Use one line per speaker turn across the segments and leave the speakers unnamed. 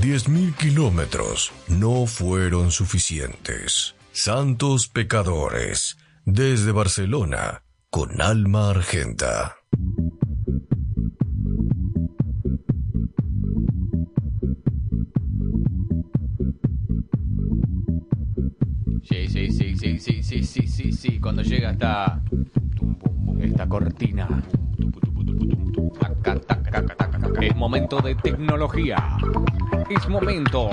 10.000 kilómetros no fueron suficientes. Santos Pecadores, desde Barcelona, con Alma Argenta.
Sí, sí, sí, sí, sí, sí, sí, sí, sí. Cuando llega esta, esta cortina. Taca, taca, taca, taca. Es momento de tecnología. Es momento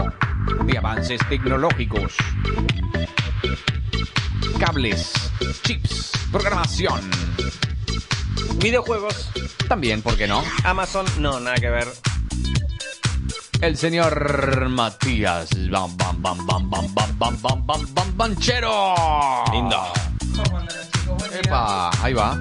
de avances tecnológicos. Cables, chips, programación.
Videojuegos,
También, ¿por qué no?
Amazon, no, nada que ver.
El señor Matías Bam Bam Bam Bam Bam Bam Bam Bam Bam Bam Banchero.
Lindo.
Epa, ahí va.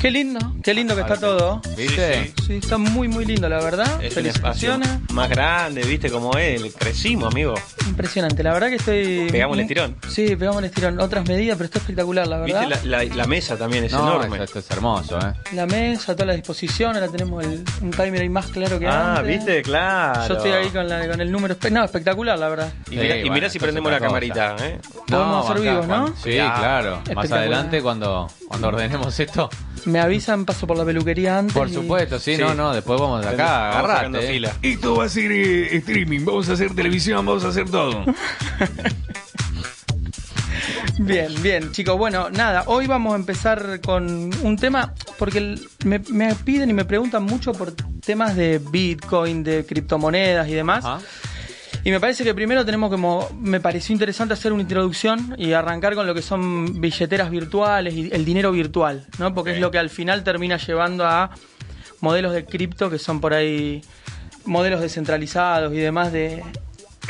Qué lindo, qué lindo que está todo.
¿Viste?
sí.
Sí, está muy, muy lindo, la verdad.
Es un espacio
Felicitaciones.
más grande, viste como es. Crecimos, amigo.
Impresionante, la verdad que estoy.
Pegámosle tirón.
Sí, pegamos el estirón. Otras medidas, pero está espectacular, la
Viste
verdad.
la, la- la mesa también es
No,
enorme.
esto es hermoso, ¿eh?
La mesa, toda la disposición, ahora tenemos el- un timer ahí más claro que
Ah,
antes.
viste, claro.
Yo estoy ahí con, la- con el número. espe- No, espectacular, la verdad.
Y mirá,
Sí,
y
bueno,
mirá si
esto
prendemos
es
la
otra
camarita, ¿eh?
Podemos hacer
acá,
vivos, ¿no?
Juan. Sí, claro. Más
Espectacular.
adelante, cuando, cuando ordenemos esto.
Me avisan, paso por la peluquería antes.
Por
y-
supuesto, sí,
Sí.
no, no. Después vamos de acá,
Vamos sacando
agarrate. eh.
fila.
Esto va a ser eh, streaming, vamos a hacer televisión, vamos a hacer todo.
Bien, bien, chicos. Bueno, nada, hoy vamos a empezar con un tema, porque el- me, me piden y me preguntan mucho por temas de Bitcoin, de criptomonedas y demás.
Ajá.
Y me parece que primero tenemos que, mo- me pareció interesante hacer una introducción y arrancar con lo que son billeteras virtuales y el dinero virtual, ¿no? Porque es lo que al final termina llevando a modelos de cripto que son por ahí modelos descentralizados y demás de,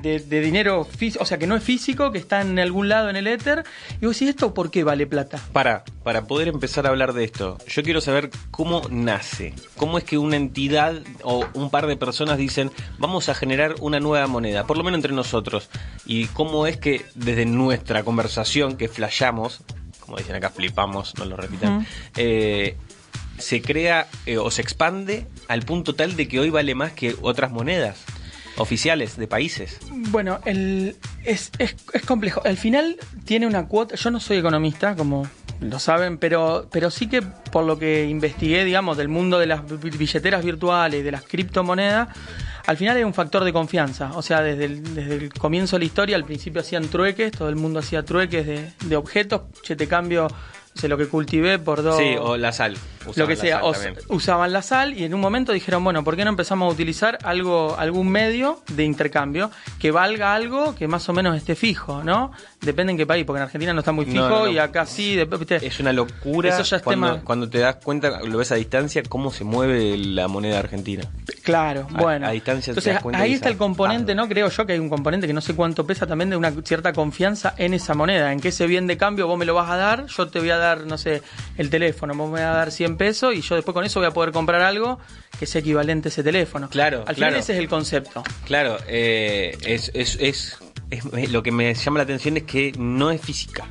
de, de dinero físico, o sea, que no es físico, que está en algún lado en el éter. Y vos decís, ¿esto por qué vale plata?
Para, para poder empezar a hablar de esto, yo quiero saber cómo nace, cómo es que una entidad o un par de personas dicen, vamos a generar una nueva moneda, por lo menos entre nosotros, y cómo es que desde nuestra conversación que flashamos, como dicen acá, flipamos, no lo repitan,
Ujú.
eh, se crea eh, o se expande al punto tal de que hoy vale más que otras monedas oficiales de países.
Bueno, el, es, es, es complejo. Al final tiene una cuota. Yo no soy economista, como lo saben, pero, pero sí que por lo que investigué, digamos, del mundo de las bi- billeteras virtuales y de las criptomonedas, al final hay un factor de confianza. O sea, desde el, desde el comienzo de la historia, al principio hacían trueques, todo el mundo hacía trueques de, de objetos. Yo te cambio no sé, lo que cultivé por dos
Sí, o la sal.
lo
usaban
que
la
sea,
sal
o
también.
s- usaban la sal y en un momento dijeron, bueno, ¿por qué no empezamos a utilizar algo, algún medio de intercambio que valga algo que más o menos esté fijo, ¿no? Depende en qué país, porque en Argentina no está muy
No,
fijo
no, no.
y acá sí, de- viste,
Es una locura
Eso ya es
cuando,
tema-
cuando te das cuenta, lo ves a distancia, cómo se mueve la moneda argentina.
claro,
a-
bueno.
a distancia te
Entonces
das cuenta
ahí
y
está el
dices,
componente,
ah,
¿no? Creo yo que hay un componente que no sé cuánto pesa también de una cierta confianza en esa moneda, en que ese bien de cambio vos me lo vas a dar, yo te voy a dar, no sé, el teléfono, vos me vas a dar 100 pesos y yo después con eso voy a poder comprar algo que sea equivalente a ese teléfono.
Claro,
Al final
claro.
ese es el concepto.
Claro, eh, es, es, es, es- es- lo que me llama la atención es que no es física.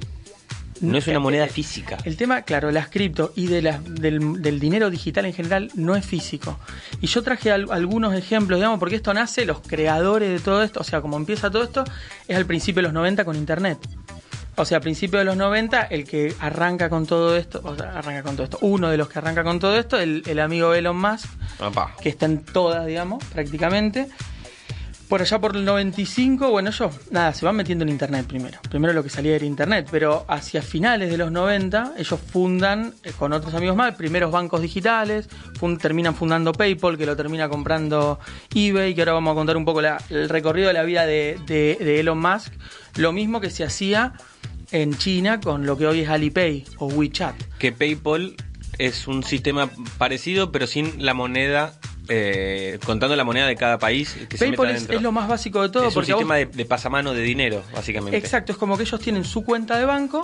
No es una moneda física.
Eh, El tema, claro, las cripto y de las- del, del dinero digital en general no es físico. Y yo traje al- algunos ejemplos, digamos, porque esto nace, los creadores de todo esto, o sea, como empieza todo esto, es al principio de los 90 con Internet. O sea, a principios de los 90, el que arranca con todo esto, o sea, arranca con todo esto, uno de los que arranca con todo esto, el, el amigo Elon Musk,
Papá.
que está en todas, digamos, prácticamente. Por allá por el 95, bueno, ellos, nada, se van metiendo en Internet primero. Primero lo que salía era Internet, pero hacia finales de los 90, ellos fundan, eh, con otros amigos más, primeros bancos digitales, fun- terminan fundando PayPal, que lo termina comprando eBay, que ahora vamos a contar un poco la- el recorrido de la vida de, de- de Elon Musk. Lo mismo que se hacía en China con lo que hoy es Alipay o WeChat.
Que PayPal es un sistema parecido, pero sin la moneda, eh, contando la moneda de cada país. Que se
PayPal
meta
es,
dentro.
es lo más básico de todo
Es un
porque a vos-
sistema de, de pasamano de dinero, básicamente.
Exacto, es como que ellos tienen su cuenta de banco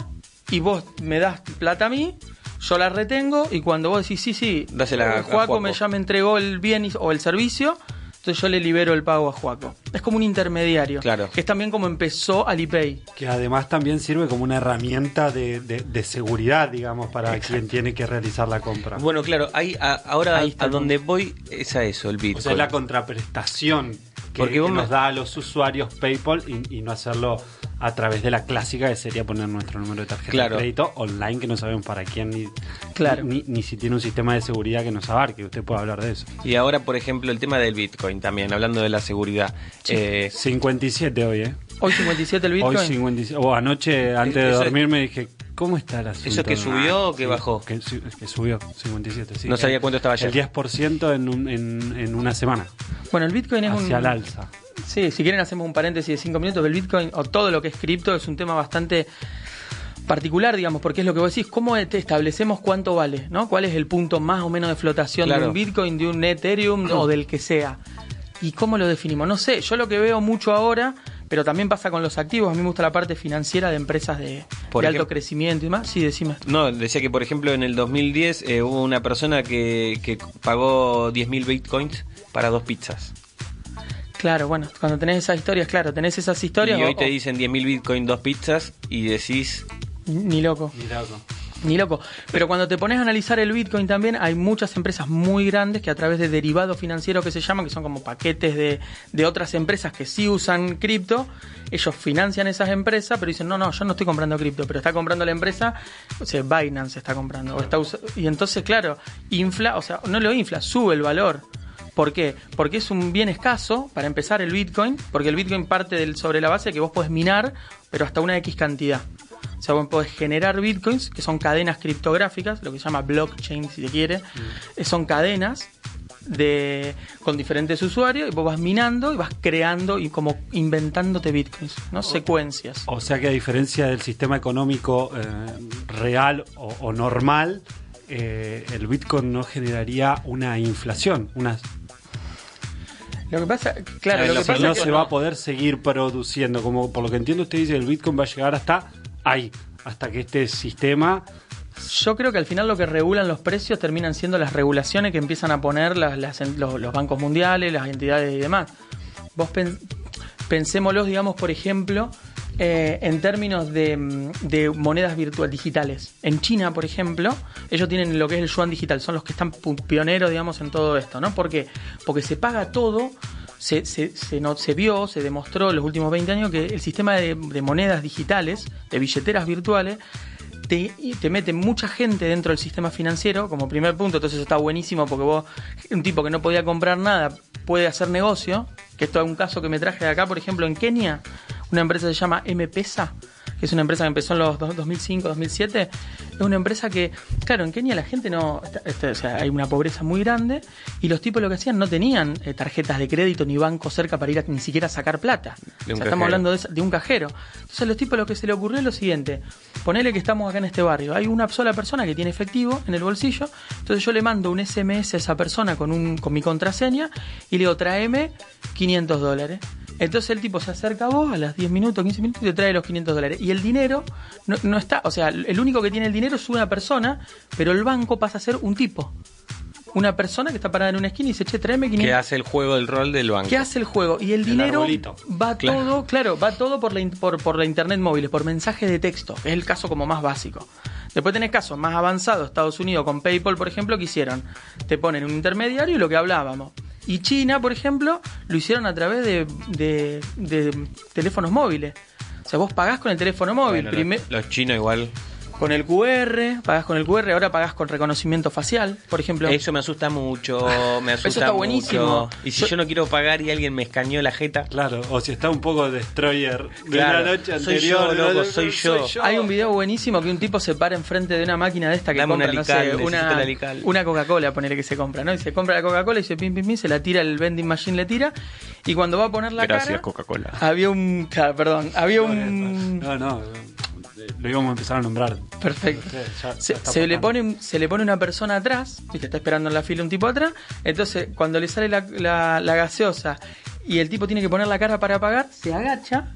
y vos me das plata a mí, yo la retengo y cuando vos decís, sí, sí,
Dásela a- a
eh, Juaco me,
Juaco.
ya me entregó el bien y- o el servicio, entonces yo le libero el pago a Juaco. Es como un intermediario,
Claro.
que es también como empezó Alipay.
Que además también sirve como una herramienta de, de- de seguridad, digamos, para quien tiene que realizar la compra.
Bueno, claro, ahí, a- ahora
Ahí está
a
el
donde voy es a eso, el Bitcoin.
o sea, es la contraprestación que,
Porque
que
vos me-
nos da a los usuarios PayPal y, y no hacerlo a través de la clásica que sería poner nuestro número de tarjeta
Claro.
de crédito online que no sabemos para quién ni,
Claro.
ni, ni si tiene un sistema de seguridad que nos abarque. Usted puede hablar de eso.
Y ahora, por ejemplo, el tema del Bitcoin también, hablando de la seguridad. Eh,
57 hoy, ¿eh?
Hoy 57 el Bitcoin.
Hoy 57. O anoche, antes de
Eso-
dormir, me dije, ¿cómo está la
¿Eso que subió o que bajó?
Que, su- que subió, 57. sí.
No sabía
El-
cuánto estaba
El
ayer.
10% en, un- en, en una semana,
Bueno, el Bitcoin es
hacia
un.
el alza.
Sí, si quieren hacemos un paréntesis de 5 minutos. El Bitcoin o todo lo que es cripto es un tema bastante particular, digamos, porque es lo que vos decís, cómo te establecemos cuánto vale, ¿no? ¿Cuál es el punto más o menos de flotación de
Claro.
un Bitcoin, de un Ethereum o del que sea? ¿Y cómo lo definimos? No sé, yo lo que veo mucho ahora, pero también pasa con los activos, a mí me gusta la parte financiera de empresas de,
Por
de
ejemplo-
alto crecimiento y más. Sí, decime.
No, decía que, por ejemplo, en el 2010 eh, hubo una persona que, que pagó 10.000 Bitcoins para dos pizzas.
Claro, bueno, cuando tenés esas historias, claro, tenés esas historias...
Y hoy
o-
te
o-
dicen 10.000 Bitcoin, dos pizzas, y decís,
Ni loco. Ni loco. Pero cuando te pones a analizar el Bitcoin también, hay muchas empresas muy grandes que a través de derivados financieros que se llaman, que son como paquetes de, de otras empresas que sí usan cripto, ellos financian esas empresas, pero dicen, no, no, yo no estoy comprando cripto, pero está comprando la empresa, o sea, Binance está comprando. o está usa- y entonces, claro, infla, o sea, no lo infla, sube el valor. ¿Por qué? Porque es un bien escaso, para empezar, el Bitcoin, porque el Bitcoin parte del, sobre la base que vos podés minar, pero hasta una X cantidad. O sea, vos podés generar bitcoins, que son cadenas criptográficas, lo que se llama blockchain, si se
Mm.
quiere. Eh, Son cadenas de, con diferentes usuarios y vos vas minando y vas creando y como inventándote bitcoins, ¿no? Secuencias.
O sea que a diferencia del sistema económico eh, real o, o normal, eh, el Bitcoin no generaría una inflación, una
Lo que pasa, claro,
Claro, lo
lo que
O sea,
pasa
no
es que
se va a poder seguir produciendo. Como por lo que entiendo usted dice, el Bitcoin va a llegar hasta ahí, hasta que este sistema
yo creo que al final lo que regulan los precios terminan siendo las regulaciones que empiezan a poner las- las en- los, los bancos mundiales, las entidades y demás. Vos pen- pensémoslos, digamos, por ejemplo, eh, en términos de, mm, de monedas virtuales digitales. En China, por ejemplo, ellos tienen lo que es el yuan digital, son los que están pu- pioneros, digamos, en todo esto, ¿no? ¿Por qué? Porque se paga todo, se, se, se no- se vio, se demostró en los últimos 20 años que el sistema de, de monedas digitales, de billeteras virtuales, te, y te mete mucha gente dentro del sistema financiero como primer punto, entonces está buenísimo porque vos, un tipo que no podía comprar nada, puede hacer negocio, que esto es un caso que me traje de acá, por ejemplo, en Kenia, una empresa que se llama M-Pesa, que es una empresa que empezó en los dos- 2005, 2007, es una empresa que, claro, en Kenia la gente no, está- está- o sea, hay una pobreza muy grande y los tipos lo que hacían no tenían eh, tarjetas de crédito ni banco cerca para ir a, ni siquiera a sacar plata.
De
O
un
sea,
cajero.
estamos hablando de, esa- de un cajero. Entonces a los tipos lo que se le ocurrió es lo siguiente. Ponele que estamos acá en este barrio. Hay una sola persona que tiene efectivo en el bolsillo. Entonces yo le mando un SMS a esa persona con, un, con mi contraseña y le digo, tráeme 500 dólares. Entonces el tipo se acerca a vos a las 10 minutos, 15 minutos y te trae los 500 dólares. Y el dinero no, no está, o sea, el único que tiene el dinero es una persona, pero el banco pasa a ser un tipo. Una persona que está parada en una esquina y dice, che, tráeme 500
que hace el juego del rol del banco.
¿Qué hace el juego? Y el, dinero
arbolito.
va
Claro.
todo, claro, va todo por la, in- por, por la internet móvil, por mensaje de texto, que es el caso como más básico. Después tenés casos más avanzados, Estados Unidos con PayPal, por ejemplo, que hicieron, te ponen un intermediario y lo que hablábamos. Y China, por ejemplo, lo hicieron a través de, de- de teléfonos móviles. O sea, vos pagás con el teléfono móvil.
Bueno,
Primer-
los, los chinos igual.
Con el QR, pagás con el QR, ahora pagás con reconocimiento facial, por ejemplo.
Eso me asusta mucho, me asusta
está
mucho.
buenísimo.
Y si yo, no quiero pagar y alguien me escaneó la jeta,
Claro, o si está un poco destroyer de
Claro,
la noche
soy
anterior.
yo,
de la-
loco,
de-
soy yo.
Hay un video buenísimo que un tipo se para enfrente de una máquina de esta que
Dame un
compra, no sé,
alical, necesito el
una,
alical.
una Coca-Cola, ponerle que se compra, ¿no? Y se compra la Coca-Cola y se pim, pim, pim, se la tira, el vending machine le tira. Y cuando va a poner la cara...
Coca-Cola.
Había un... ca- Perdón, había un... Eh,
No, no, eh, lo íbamos a empezar a nombrar.
Perfecto.
Ya- ya
Se,
está
se le
pasando.
pone, un- se le pone una persona atrás, ¿viste? está esperando en la fila un tipo atrás, entonces cuando le sale la, la- la gaseosa y el tipo tiene que poner la cara para pagar, se agacha,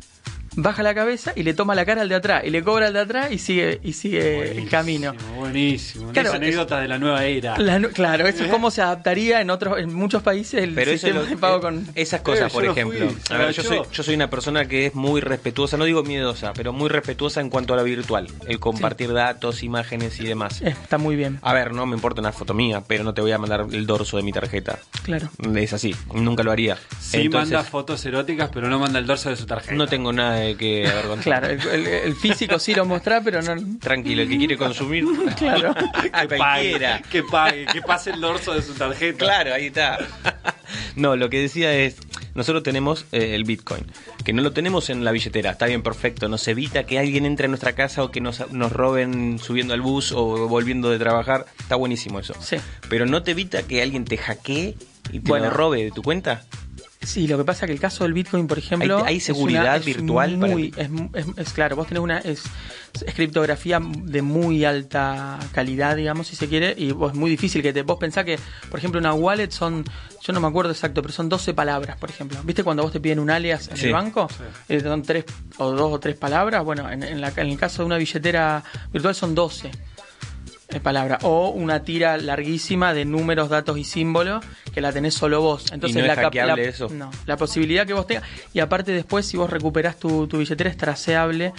baja la cabeza y le toma la cara al de atrás y le cobra al de atrás y sigue, y sigue el camino.
Buenísimo.
Claro,
Las anécdotas de la nueva era.
La nu- claro, eso es cómo se adaptaría en otros, en muchos países el
Pero eso
sistema
es lo-
de pago
eh,
con.
esas
Eh,
cosas,
yo
por
no
ejemplo.
fui, se
a ver, yo soy,
agachó.
yo soy una persona que es muy respetuosa, no digo miedosa, pero muy respetuosa en cuanto a lo virtual. El compartir datos, imágenes y demás.
Está muy bien,
A ver, no me importa una foto mía, pero no te voy a mandar el dorso de mi tarjeta.
claro.
Es así, nunca lo haría.
Sí
Entonces,
manda fotos eróticas, pero no manda el dorso de su tarjeta.
No tengo nada de que avergonzar.
Claro, el, el- el físico sí lo mostrá, pero no.
Tranquilo, el que quiere consumir.
Claro.
a
que
Ah, cualquiera.
pague, que pague, que pase el dorso de su tarjeta.
Claro, ahí está. No, lo que decía es, nosotros tenemos eh, el Bitcoin, que no lo tenemos en la billetera, está bien, perfecto, nos evita que alguien entre a nuestra casa o que nos, nos roben subiendo al bus o volviendo de trabajar, está buenísimo eso.
Sí.
Pero no te evita que alguien te hackee y te
Bueno.
lo robe de tu cuenta.
Sí, lo que pasa es que el caso del Bitcoin, por ejemplo.
¿Hay- hay
es
seguridad
una- es
virtual para
muy- es, es- es claro, vos tenés una. Es, es criptografía de muy alta calidad, digamos, si se quiere, y vos, es muy difícil que te. Vos pensás que, por ejemplo, una wallet son. Yo no me acuerdo exacto, pero son 12 palabras, por ejemplo. ¿Viste cuando vos te piden un alias en
Sí.
el banco? Eh, son tres o dos o tres palabras. Bueno, en, en la- en el caso de una billetera virtual son 12. eh, palabras o una tira larguísima de números, datos y símbolos que la tenés solo vos. Entonces
no es
la, cap- la-
hackeable eso.
No, la posibilidad que vos tengas. Y aparte después, si vos recuperás tu, tu billetera, es traceable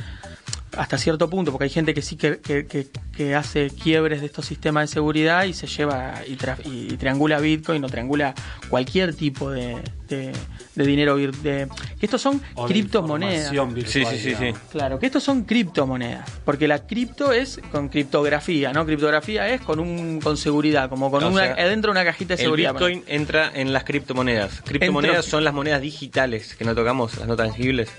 hasta cierto punto, porque hay gente que sí que, que- que- que hace quiebres de estos sistemas de seguridad y se lleva y, tra- y triangula Bitcoin o triangula cualquier tipo de, de- de dinero. vir- De, que estos son
O de
criptomonedas.
información virtual, digamos.
Claro, que estos son criptomonedas, porque la cripto es con criptografía, ¿no? Criptografía es con un con seguridad, como con
O
una
sea,
adentro de una cajita de
El
seguridad.
Bitcoin entra en las criptomonedas. Criptomonedas
Entró-
son las monedas digitales que no tocamos, las no tangibles.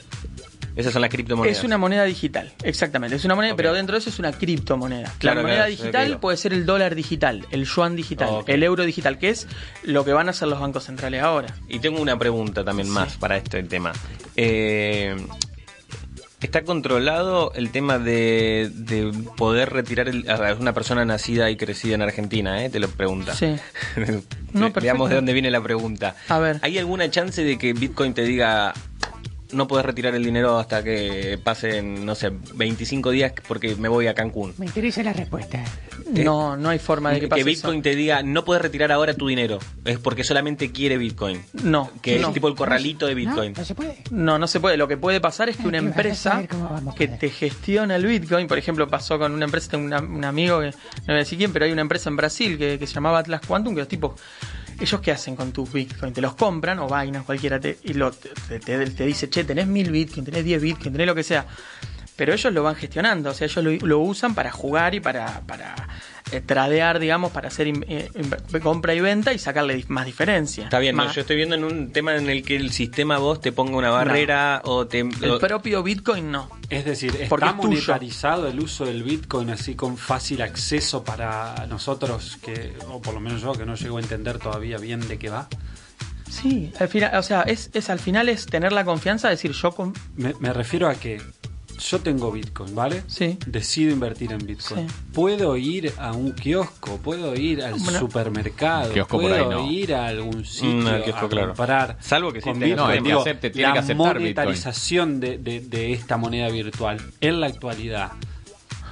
Esas son las criptomonedas.
Es una moneda digital, exactamente. Es una moneda,
Ok.
pero dentro de eso es una criptomoneda.
Claro,
la moneda
claro, eso es lo que
digital
digo.
puede ser el dólar digital, el yuan digital,
Ok.
el euro digital, que es lo que van a hacer los bancos centrales ahora.
Y tengo una pregunta también más para este tema. Eh, ¿Está controlado el tema de, de poder retirar el, a ver, una persona nacida y crecida en Argentina? eh? Te lo pregunta.
Sí. No,
No,
perfecto.
Veamos de dónde viene la pregunta.
A ver.
¿Hay alguna chance de que Bitcoin te diga no podés retirar el dinero hasta que pasen, no sé, 25 días porque me voy a Cancún?
Me interesa la respuesta.
No, no hay forma de que
que
pase eso.
Bitcoin te diga no podés retirar ahora tu dinero. Es porque solamente quiere Bitcoin.
No,
Que
no.
es tipo el corralito de Bitcoin.
No, no se puede.
No, no se puede. Lo que puede pasar es que
Ay,
una
que vas a
empresa
saber cómo vamos a
que
poder.
te gestiona el Bitcoin, por ejemplo, pasó con una empresa, tengo una- un amigo que no voy a decir quién, pero hay una empresa en Brasil que, que se llamaba Atlas Quantum, que los tipos, ellos qué hacen con tus Bitcoin, te los compran o Binance, cualquiera, te, y lo, te, te- te dice, che, tenés mil Bitcoin, tenés 10 Bitcoin, tenés lo que sea. Pero ellos lo van gestionando, o sea, ellos lo, lo usan para jugar y para, para eh, tradear, digamos, para hacer in- eh, in- compra y venta y sacarle dif- más diferencia.
Está bien, no,
Más-
yo estoy viendo en un tema en el que el sistema vos te ponga una barrera o te...
El
o-
propio Bitcoin no.
Es decir, ¿está
Porque es tuyo.
monetarizado el uso del Bitcoin así con fácil acceso para nosotros, que, o por lo menos yo que no llego a entender todavía bien de qué va?
Sí, al final, o sea, es, es al final es tener la confianza de decir yo con
Me, me refiero a que yo tengo Bitcoin, ¿vale?
Sí.
Decido invertir en Bitcoin.
Sí.
Puedo ir a un kiosco, puedo ir al
Bueno.
supermercado,
Kiosco por ahí
puedo
no.
ir a algún sitio
Mm, al kiosco,
a
claro.
comprar.
Salvo que sí
con
tengas-
Bitcoin.
No, el que
Digo,
acepte, tiene
la
que aceptar Bitcoin.
monetarización de, de- de esta moneda virtual en la actualidad.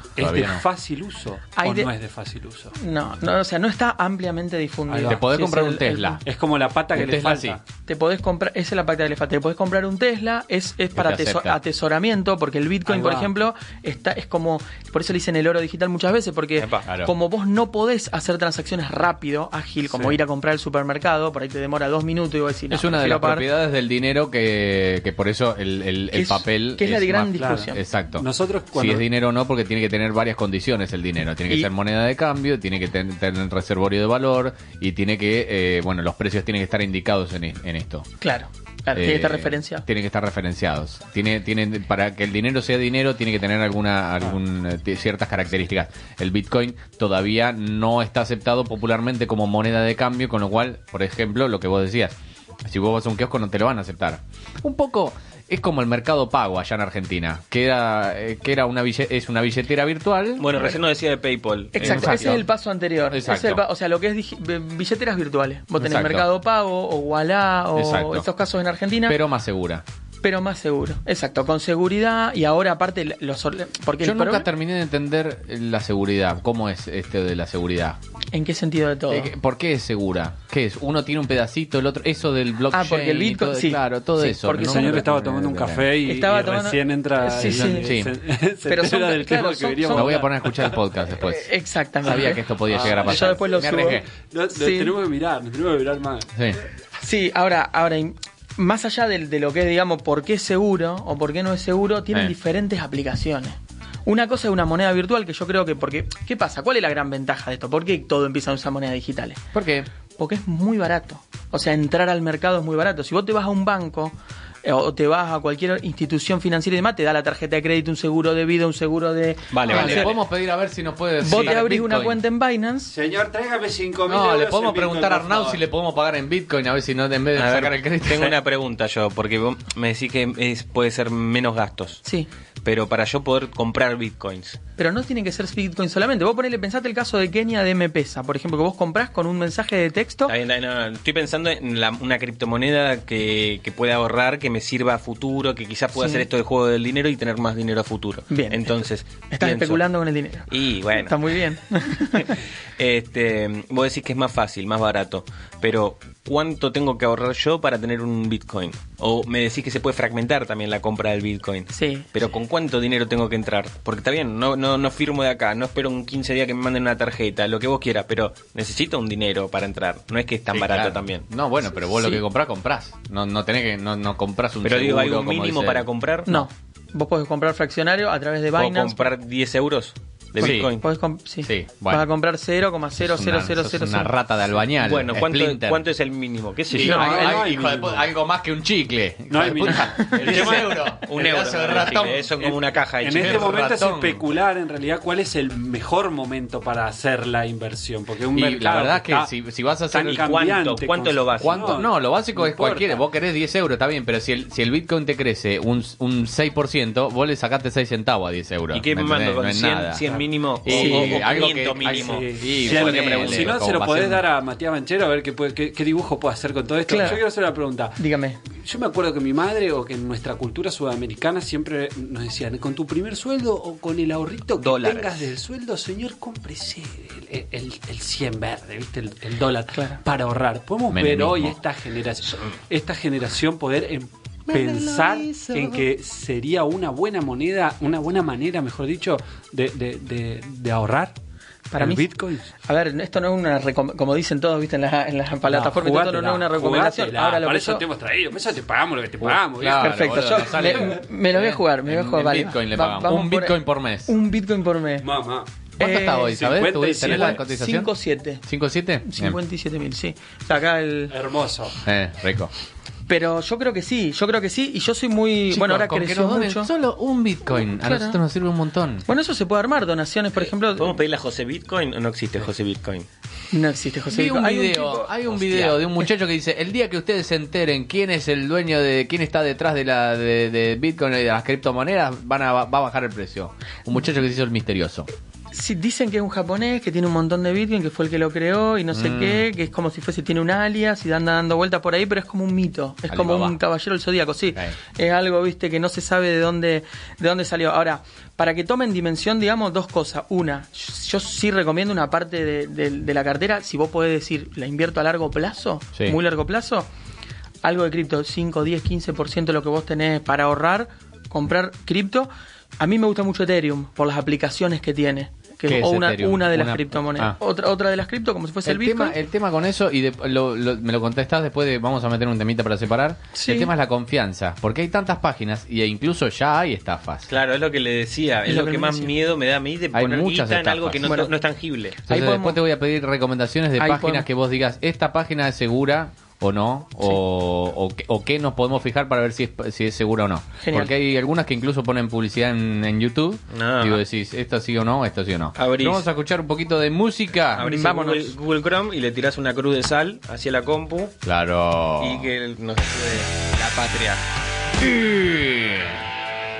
¿Es de
Todavía no.
fácil uso
Hay
o
de-
no es de fácil uso?
no, no, o sea, no está ampliamente
Ahí
difundido.
va.
Te podés
Sí,
comprar
es
un
el- el-
Tesla.
Es como la pata que
Un
le
Tesla,
falta.
sí.
te podés comprar, esa es la pacta de elefante, te podés comprar un Tesla, es, es para
te
ateso-
acepta.
atesoramiento, porque el Bitcoin,
Ahí
por
va.
ejemplo, está, es como, por eso le dicen el oro digital muchas veces, porque
Epa,
claro.
como vos no podés hacer transacciones rápido, ágil, como
Sí.
ir a comprar al supermercado, por ahí te demora dos minutos y vos decís, no,
es una de
prefiero
las
pagar.
propiedades del dinero que, que por eso el, el- el
Que es-
papel.
que es la de gran
más-
claro.
discusión.
Exacto.
Nosotros
Si
cuando-
es dinero o no, porque tiene que tener varias condiciones el dinero. Tiene que
Y-
ser moneda de cambio, tiene que ten- tener reservorio de valor y tiene que, eh, bueno, los precios tienen que estar indicados en, e- en esto.
Claro, claro, tiene
Eh,
esta referencia.
Tienen que estar referenciados. Tiene, tienen, para que el dinero sea dinero, tiene que tener alguna, algún, eh, t- ciertas características. El Bitcoin todavía no está aceptado popularmente como moneda de cambio, con lo cual, por ejemplo, lo que vos decías, si vos vas a un kiosco no te lo van a aceptar. Un poco es como el mercado pago allá en Argentina, que era, eh, que era una bille- es una billetera virtual.
Bueno, recién nos decía de PayPal. Eh,
Exacto,
Exacto.
ese es el paso anterior. Ese es el
Exacto.
pa- o sea, lo que es digi- b- billeteras virtuales. Vos tenés
Exacto.
Mercado Pago o Wallah o
Exacto.
estos casos en Argentina.
pero más segura.
pero más seguro. Exacto, con seguridad y ahora aparte los orle- porque
Yo
el
nunca
problema-
terminé de entender la seguridad. ¿Cómo es este de la seguridad?
¿En qué sentido de todo?
Eh, ¿Por qué es segura? ¿Qué es? Uno tiene un pedacito, el otro. Eso del blockchain.
Ah, porque el
y
Bitcoin-
todo-
sí.
Claro, todo
Sí,
eso.
porque
El
No,
señor
no,
no,
estaba
no,
tomando un
no, no.
café y,
Estaba
y
tomando-
recién entra.
Sí,
y-
sí.
y
Sí.
Se, se
Pero son-
entera del
claro,
tema que
son-
veníamos
Me voy a
a hablar.
poner a escuchar el podcast después.
Eh, Exactamente. Ah,
Sabía que esto podía llegar a pasar.
Yo después lo
Me
subo.
arriesgué.
Lo- lo
Sí.
Tenemos que mirar, lo tenemos que mirar más.
Sí.
Sí, ahora, ahora im- más allá del- de, lo que es, digamos, por qué es seguro o por qué no es seguro, tienen
Eh.
diferentes aplicaciones. Una cosa es una moneda virtual que yo creo que porque ¿qué pasa? ¿Cuál es la gran ventaja de esto? ¿Por qué todo empieza a usar monedas digitales?
¿Por qué? Ah,
Porque es muy barato. O sea, entrar al mercado es muy barato. Si vos te vas a un banco eh, o te vas a cualquier institución financiera y demás, te da la tarjeta de crédito, un seguro de vida, un seguro de...
Vale,
Ah,
O
vale,
le
sea,
podemos pedir a ver si nos puede.
Vos te
dar
abrís
Bitcoin.
una cuenta en Binance
Señor, tráigame 5
No, le podemos preguntar a Arnau si le podemos pagar en Bitcoin, a ver si no, en vez de
A ver,
sacar el crédito.
Tengo una pregunta yo, porque vos me decís que es, puede ser menos gastos.
Sí.
Pero para yo poder comprar bitcoins.
Pero no tienen que ser Bitcoin solamente. Vos ponele, pensate el caso de Kenia de M-Pesa, por ejemplo, que vos comprás con un mensaje de texto.
Está bien, está bien, no, no, Estoy pensando en la- una criptomoneda que, que pueda ahorrar, que me sirva a futuro, que quizás pueda
Sí.
hacer esto del juego del dinero y tener más dinero a futuro.
Bien.
Entonces.
Estás
pienso-
especulando con el dinero.
Y bueno.
Está muy bien.
este, vos decís que es más fácil, más barato, pero ¿cuánto tengo que ahorrar yo para tener un Bitcoin? O me decís que se puede fragmentar también la compra del Bitcoin.
Sí.
Pero ¿con cuánto dinero tengo que entrar? Porque está bien, no, no, no firmo de acá, no espero un 15 días que me manden una tarjeta, lo que vos quieras, pero necesito un dinero para entrar. No es que es tan
Sí,
barato
claro.
también.
No, bueno, pero vos lo
Sí.
que comprás, comprás. No, no tenés que, no, no comprás un
Pero digo, ¿hay
seguro,
un
como
mínimo
dice-
para comprar?
No. Vos podés comprar fraccionario a través de
¿Puedo
Binance. Pues,
comprar 10 euros de
Sí.
Bitcoin?
Podés comp- sí.
Sí, bueno.
Vas a comprar
Sos una- sos
0,00000.
Una rata de albañal.
Bueno, ¿cuánto,
Splinter.
cuánto es el mínimo? ¿Qué sé
Sí,
yo?
No,
hay-
no
hay-
hay
hijo de
mínimo.
puta, algo más que un chicle. hijo
No hay
de puta.
mínimo.
El 10 euros.
un
El
euro.
pedazo de
no,
ratón.
chicle, Eso es como una caja de
En
chicle.
este momento es
ratón.
especular en realidad cuál es el mejor momento para hacer la inversión. Porque un
Y la
mercado.
verdad
está
es que si- si vas a hacer-
tan
¿Y
cuánto?
cambiante
¿Cuánto
con-
lo vas a-
¿Cuánto? No, lo básico
no
es cualquiera.
importa.
Vos querés 10 euros, está bien, pero si el, si el Bitcoin te crece un, un 6%, vos le sacaste 6 centavos a 10 euros.
¿Y qué me mando?
entendés?
¿Con
No es
100,
nada.
100 mínimo? o-
Sí,
o, o
algo
500
que-
mínimo?
sí.
Sí,
Sí,
sí,
fue lo que
sí.
pregunté.
si no,
Como
se lo podés
haciendo-
dar a Matías Banchero a ver qué, puede- qué- qué dibujo puede hacer con todo esto.
Claro.
Yo quiero hacer una pregunta.
Dígame.
Yo me acuerdo que mi madre o que en nuestra cultura sudamericana siempre nos decían, con tu primer sueldo o con el ahorrito que
Dólares.
tengas del sueldo, señor, cómprese el, el, el 100 verde, ¿viste? El, el dólar
Claro.
para ahorrar. Podemos ver
Menemismo.
hoy esta generación, esta generación poder em- pensar en que sería una buena moneda, una buena manera, mejor dicho, de, de- de- de ahorrar
Para
el
mí.
Bitcoin.
A ver, esto no es una. recom- Como dicen todos, viste, en las en las plataformas, esto no,
jugátela,
es una recomendación.
jugátela.
Ahora lo
Para
que
eso
yo-
te hemos traído, para eso te pagamos lo que te pagamos.
Claro,
Ah, Perfecto,
boludo,
yo
nos sale-
me, me lo voy a jugar, me lo voy a
En-
jugar.
en
vale.
Bitcoin le
Va-
pagamos.
vamos
Un Bitcoin por mes.
Un Bitcoin por mes.
Mamá.
¿Cuánto
Eh,
está hoy? ¿Sabés? ¿Tú-
57.
¿Tenés la cotización?
5,7.
57.
57.000, sí. O sea, acá el...
Hermoso.
Eh, rico.
Pero yo creo que sí, yo creo que sí. Y yo soy muy... bueno, ahora
Chicos, con que
creció
nos donen
mucho.
Solo un Bitcoin. A
Claro.
nosotros nos sirve un montón.
Bueno, eso se puede armar, donaciones, por ejemplo...
¿Podemos pedirle a José Bitcoin o no existe José Bitcoin?
No existe, José.
Vi
Vico.
un
Hay
video,
tipo-
Pues hay un
Hostia.
video de un muchacho que dice, el día que ustedes se enteren quién es el dueño de, quién está detrás de la de, de Bitcoin y de las criptomonedas, van a, va a bajar el precio. Un muchacho que se hizo el misterioso.
Sí, dicen que es un japonés, que tiene un montón de Bitcoin, que fue el que lo creó y no sé
Mm.
qué, que es como si fuese, tiene un alias y anda dando vueltas por ahí, pero es como un mito. Es como
Alibaba.
un caballero del zodíaco, sí.
Ok.
Es algo, viste, que no se sabe de dónde, de dónde salió. Ahora, para que tomen dimensión, digamos, dos cosas. Una, yo sí recomiendo una parte de, de- de la cartera, si vos podés decir, la invierto a largo plazo,
Sí.
muy largo plazo, algo de cripto, 5, 10, 15% de lo que vos tenés para ahorrar, comprar cripto. A mí me gusta mucho Ethereum por las aplicaciones que tiene, que
¿Qué
es
es
o una,
Ethereum?
una de las
Una-
criptomonedas.
ah.
Otra, otra de las cripto, como si fuese el,
el,
Bitcoin.
tema, el tema con eso, y de- lo- lo- me lo contestás después de, vamos a meter un temita para separar.
Sí.
El tema es la confianza, porque hay tantas páginas y e incluso ya hay estafas.
Claro, es lo que le decía, es, lo, que,
le
más
decía.
miedo me da a mí de
Hay
poner
muchas
guita en
estafas.
algo que no,
Bueno.
no es tangible.
Entonces,
Ahí podemos-
después te voy a pedir recomendaciones de
Ahí
páginas
podemos-
que vos digas, esta página es segura o no, o, o, qué- o qué nos podemos fijar para ver si es, si es segura o no.
Genial.
Porque hay algunas que incluso ponen publicidad en, en YouTube
Ah.
y vos decís, esto sí o no, esto sí o no.
Abrís.
Pero Vamos a escuchar un poquito de música.
Abrís el
vámonos.
Google, Google Chrome y le tirás una cruz de sal hacia la compu
Claro.
y que nos ayude la patria.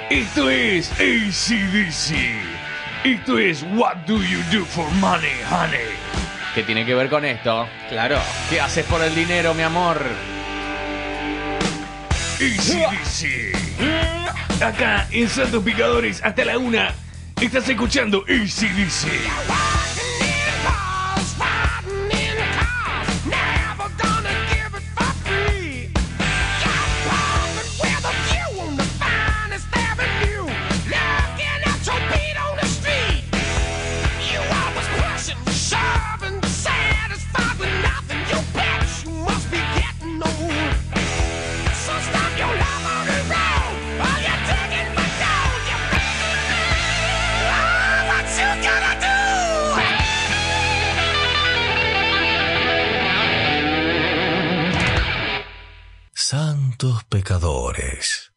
Esto es ACDC. Esto es What Do You Do for Money, Honey.
¿Qué tiene que ver con esto?
Claro.
¿Qué haces por el dinero, mi amor?
ACDC. Acá en Santos Picadores hasta la una. Estás escuchando ACDC.
Santos pecadores.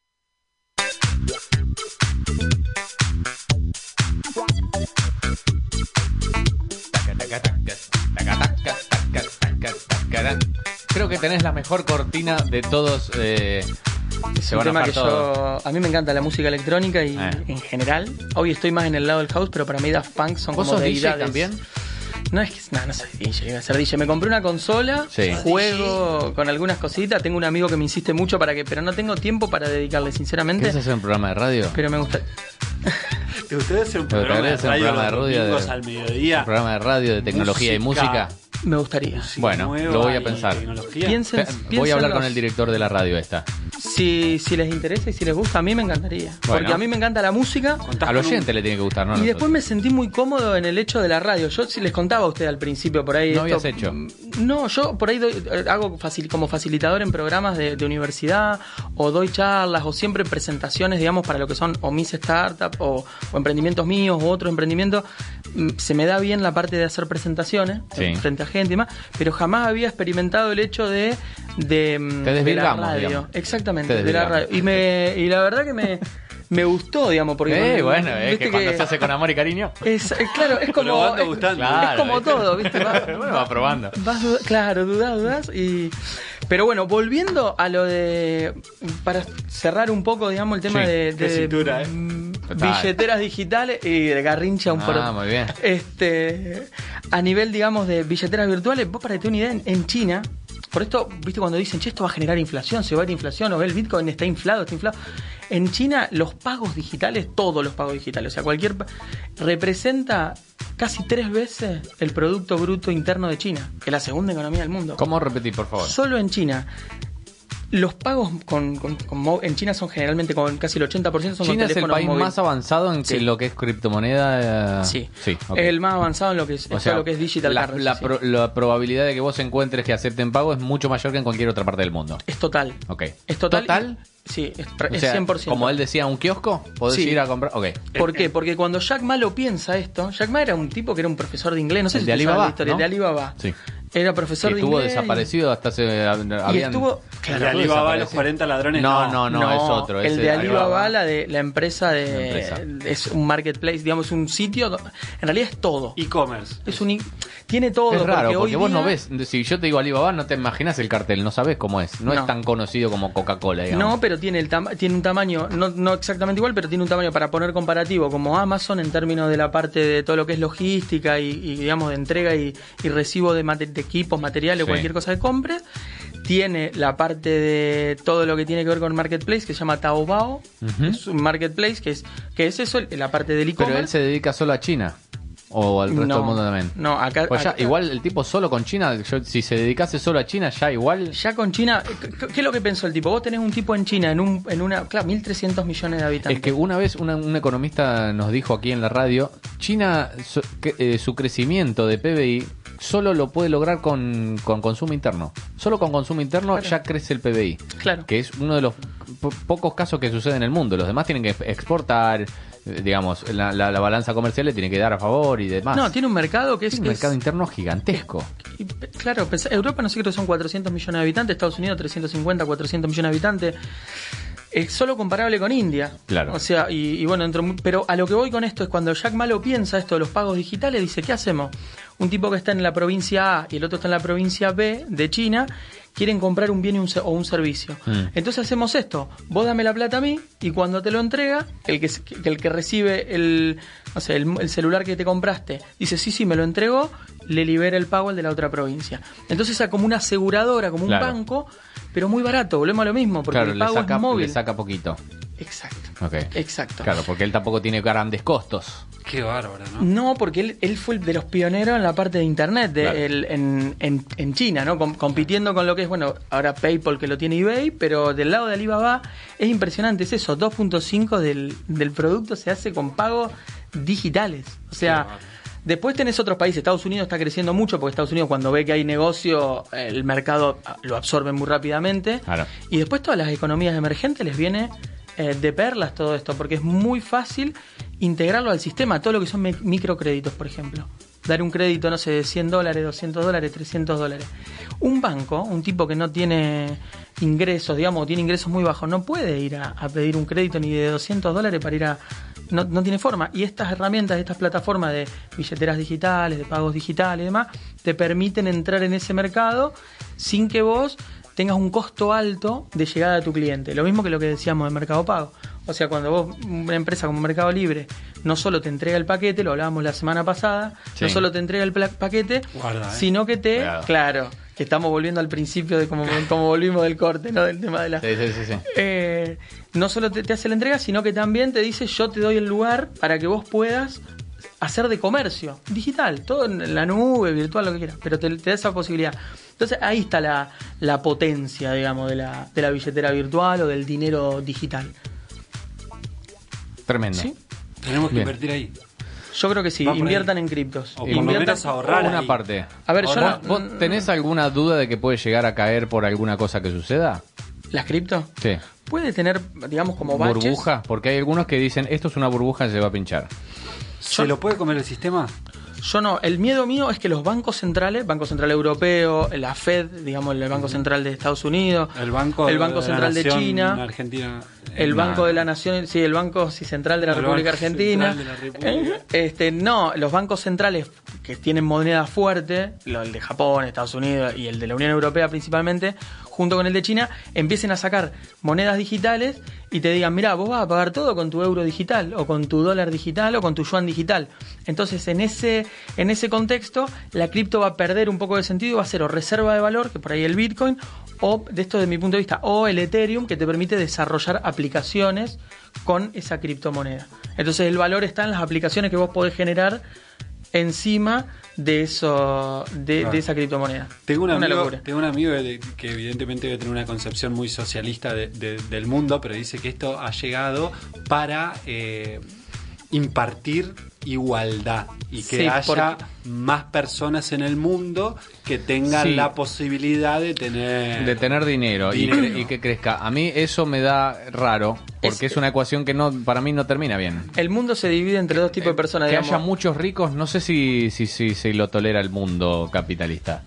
Creo que tenés la mejor cortina de todos. eh,
Es
se
un
van a
tema
bajar
que
todos.
yo. A mí me encanta la música electrónica y
Eh.
en general. Hoy estoy más en el lado del house, pero para mí Daft Punk son
¿Vos
como
sos DJ
deidades.
también?
No es que. No, no soy DJ, iba a ser DJ. Me compré una consola,
Sí.
juego con algunas cositas. Tengo un amigo que me insiste mucho para que. Pero no tengo tiempo para dedicarle, sinceramente.
¿Quieres hacer un programa de radio?
Pero me gusta.
¿Te gustaría hacer un
¿Te
programa
gustaría
de
hacer un
radio
programa de
los
radio de-
domingos al mediodía?
Un programa de radio de tecnología y música.
Me gustaría.
música
Bueno,
nueva
lo voy a
y
pensar.
tecnología.
Piensen,
Pe- Voy a hablar con
piénsenlos.
el director de la radio esta.
Si, si les interesa y si les gusta, a mí me encantaría. Porque a mí me encanta la música.
Contás
Al
con un-
oyente le tiene que gustar, ¿no? a
Y
nosotros.
después
Eh,
me sentí muy cómodo en el hecho de la radio. Yo si les contaba a usted al principio por ahí.
No
esto-
habías hecho.
No, yo por ahí doy- eh, hago facil- como facilitador en programas de, de universidad o doy charlas o siempre presentaciones, digamos, para lo que son o mis startups o, o emprendimientos míos o otros emprendimientos. Mm, Se me da bien la parte de hacer presentaciones
Sí.
eh, frente a gente y más, pero jamás había experimentado el hecho de, de, mm,
Te
de la
desvirgamos,
radio.
digamos.
Exactamente,
Te
de la
desvirgamos.
radio. Y, me, y la verdad que me, me gustó, digamos, porque...
Eh, bueno, es
viste
que cuando se hace con amor y cariño.
es, eh, claro, es
Pero
como.
van
Es,
degustando.
es como
¿viste?
todo, ¿viste? Va-
Bueno, va probando.
vas duda- claro, dudas, dudas. Y... Pero bueno, volviendo a lo de. Para cerrar un poco, digamos, el tema
Sí,
de.
qué
de-
cintura, ¿eh?
mm,
Total.
Billeteras digitales y de garrincha un
Ah,
poroto.
muy bien.
Este, a nivel, digamos, de billeteras virtuales, vos para que te una idea, en, en China, por esto, viste, cuando dicen, che, esto va a generar inflación, se va a ir inflación, o el Bitcoin está inflado, está inflado. En China, los pagos digitales, todos los pagos digitales, o sea, cualquier. pa- representa casi tres veces el Producto Bruto Interno de China, que es la segunda economía del mundo.
¿Cómo repetir, por favor?
Solo en China. Los pagos con, con- con mo- en China son generalmente con casi el 80% son con
China es el
teléfonos
país
móviles.
más avanzado en que
Sí.
lo que es criptomoneda. eh,
Sí,
sí ok.
es el más avanzado en lo que es,
O
en
sea,
todo lo que es digital
la,
currency,
la
sí.
pro- la probabilidad de que vos encuentres que acepten pago es mucho mayor que en cualquier otra parte del mundo.
Es total.
Ok.
Es total.
¿Total?
Sí, es, pra-
O
es
sea,
100%.
Como él decía, un kiosco, podés
Sí.
ir a comprar. Ok.
¿Por qué? Porque cuando Jack Ma lo piensa esto, Jack Ma era un tipo que era un profesor de inglés, no sé
El
si
de
tú sabes
Alibaba,
la historia,
¿no?
el de Alibaba.
Sí.
Era
Que
profesor de
estuvo
inglés.
desaparecido hasta hace.
Y, y
habían-
estuvo.
El
Claro,
de Alibaba, los
desaparece.
40 ladrones.
No, no, no, es otro.
El
es
de Alibaba,
Alibaba.
la de la empresa de
La empresa.
es un marketplace, digamos, un sitio, do- en realidad es todo.
E-commerce.
es un i- tiene todo
Es raro, porque,
hoy
vos no
día-
ves. Si yo te digo Alibaba, no te imaginas el cartel, no sabes cómo es. No, es
No.
tan conocido como Coca-Cola, digamos.
No, pero tiene, el tama- tiene un tamaño, no, no exactamente igual, pero tiene un tamaño para poner comparativo como Amazon en términos de la parte de todo lo que es logística y, y, digamos de entrega y, y recibo de, mate- de equipos, materiales
Sí.
o cualquier cosa que compres. Tiene la parte de todo lo que tiene que ver con Marketplace que se llama Taobao. Es un Marketplace que es, que es eso, la parte del
Pero él
e-commerce.
se dedica solo a China. O al resto
No,
del mundo también.
no, acá-
Pues ya,
acá-
igual el tipo solo con China, yo- si se dedicase solo a China, ya igual.
Ya con China, ¿qué- ¿qué es lo que pensó el tipo? Vos tenés un tipo en China, en, un, en una, claro, 1.300 millones de habitantes.
Es que una vez una- un economista nos dijo aquí en la radio, China su, que- eh, su crecimiento de PBI solo lo puede lograr con, con consumo interno. Solo con consumo interno
Claro.
ya crece el PBI.
Claro.
Que es uno de los po- pocos casos que sucede en el mundo. Los demás tienen que exportar, eh, digamos, la, la- la balanza comercial le tiene que dar a favor y demás.
No, tiene un mercado que es,
Tiene un
es-
mercado interno gigantesco.
Y, pe- Claro, pensá- Europa no sé creo que son 400 millones de habitantes, Estados Unidos 350, 400 millones de habitantes. Es solo comparable con India.
Claro.
O sea, y, y bueno, dentro mu- pero a lo que voy con esto es cuando Jack Malo piensa esto de los pagos digitales, dice, ¿qué hacemos? Un tipo que está en la provincia A y el otro está en la provincia B de China, quieren comprar un bien y un se- o un servicio.
Mm.
Entonces hacemos esto, vos dame la plata a mí y cuando te lo entrega, el que, se- que el que recibe el, no sé, el, el celular que te compraste, dice, sí, sí, me lo entregó, le libera el pago al de la otra provincia. Entonces es como una aseguradora, como un
Claro.
banco pero muy barato, volvemos a lo mismo, porque
claro,
el
le
pago
saca,
es móvil.
le saca poquito.
Exacto,
Ok.
exacto.
Claro, porque él tampoco tiene grandes costos.
Qué bárbaro, ¿no?
No, porque él, él fue de los pioneros en la parte de Internet de-
Claro.
el- en, en- en China, ¿no? Com- compitiendo con lo que es, bueno, ahora PayPal que lo tiene eBay, pero del lado de Alibaba es impresionante, es eso, 2.5 del, del producto se hace con pagos digitales. O sea, después tenés otros países, Estados Unidos está creciendo mucho porque Estados Unidos cuando ve que hay negocio, el mercado ah, lo absorbe muy rápidamente.
Claro.
Y después todas las economías emergentes les viene eh, de perlas todo esto, porque es muy fácil integrarlo al sistema, todo lo que son mi- microcréditos, por ejemplo. Dar un crédito, no sé, de 100 dólares, 200 dólares, 300 dólares. Un banco, un tipo que no tiene ingresos, digamos, o tiene ingresos muy bajos, no puede ir a, a pedir un crédito ni de 200 dólares para ir a... No, no tiene forma. Y estas herramientas, estas plataformas de billeteras digitales, de pagos digitales y demás, te permiten entrar en ese mercado sin que vos tengas un costo alto de llegada a tu cliente. Lo mismo que lo que decíamos de Mercado Pago. O sea, cuando vos, una empresa como Mercado Libre, no solo te entrega el paquete, lo hablábamos la semana pasada,
Sí.
no solo te entrega el pla- paquete,
Guarda, ¿eh?
sino que te.
Cuidado.
Claro, que estamos volviendo al principio de cómo, cómo volvimos del corte, ¿no? Del tema de la.
Sí, sí, sí. sí.
Eh, no solo te, te hace la entrega, sino que también te dice yo te doy el lugar para que vos puedas hacer de comercio digital, todo en la nube, virtual, lo que quieras, pero te, te da esa posibilidad. Entonces ahí está la, la potencia, digamos, de la, de la billetera virtual o del dinero digital.
Tremendo.
¿Sí?
Tenemos que
Bien.
invertir ahí.
Yo creo que sí,
Va por ahí.
inviertan en criptos.
O por lo
Inviertan-
menos ahorrar
Una
ahí.
parte.
A ver, yo
¿Vos,
no-
vos tenés alguna duda de que puede llegar a caer por alguna cosa que suceda?
¿Las criptos?
Sí.
Puede tener, digamos, como baches.
¿Burbuja? Porque hay algunos que dicen, esto es una burbuja, se va a pinchar.
¿Se lo puede comer el sistema?
Yo no, el miedo mío es que los bancos centrales, Banco Central Europeo, la Fed, digamos el Banco Central de Estados Unidos,
El Banco,
el banco
la
Central de
Nación
China,
Argentina.
el
No.
Banco de la Nación, sí, el Banco sí, Central de la
El
República
Banco
Argentina.
Central de la República.
Este, no, los bancos centrales que tienen moneda fuerte, lo- el de Japón, Estados Unidos y el de la Unión Europea principalmente, junto con el de China, empiecen a sacar monedas digitales y te digan, mira, vos vas a pagar todo con tu euro digital o con tu dólar digital o con tu yuan digital. Entonces, en ese, en ese contexto, la cripto va a perder un poco de sentido y va a ser o reserva de valor, que por ahí el Bitcoin, o, de esto desde mi punto de vista, o el Ethereum, que te permite desarrollar aplicaciones con esa criptomoneda. Entonces el valor está en las aplicaciones que vos podés generar encima de eso de,
Claro.
de esa criptomoneda.
Tengo un
una
amigo,
locura.
tengo un amigo de- que evidentemente debe tener una concepción muy socialista de- de- del mundo, pero dice que esto ha llegado para eh, impartir igualdad y que
Sí,
haya más personas en el mundo que tengan
Sí.
la posibilidad de tener...
De tener dinero, y
Eh. Dinero.
cre- Y, que crezca. A mí eso me da raro, porque es,
Es-
una ecuación que no para mí no termina bien.
El mundo se divide entre dos
Eh,
tipos de personas.
que
digamos.
haya muchos ricos, no sé si, si, si, si lo tolera el mundo capitalista.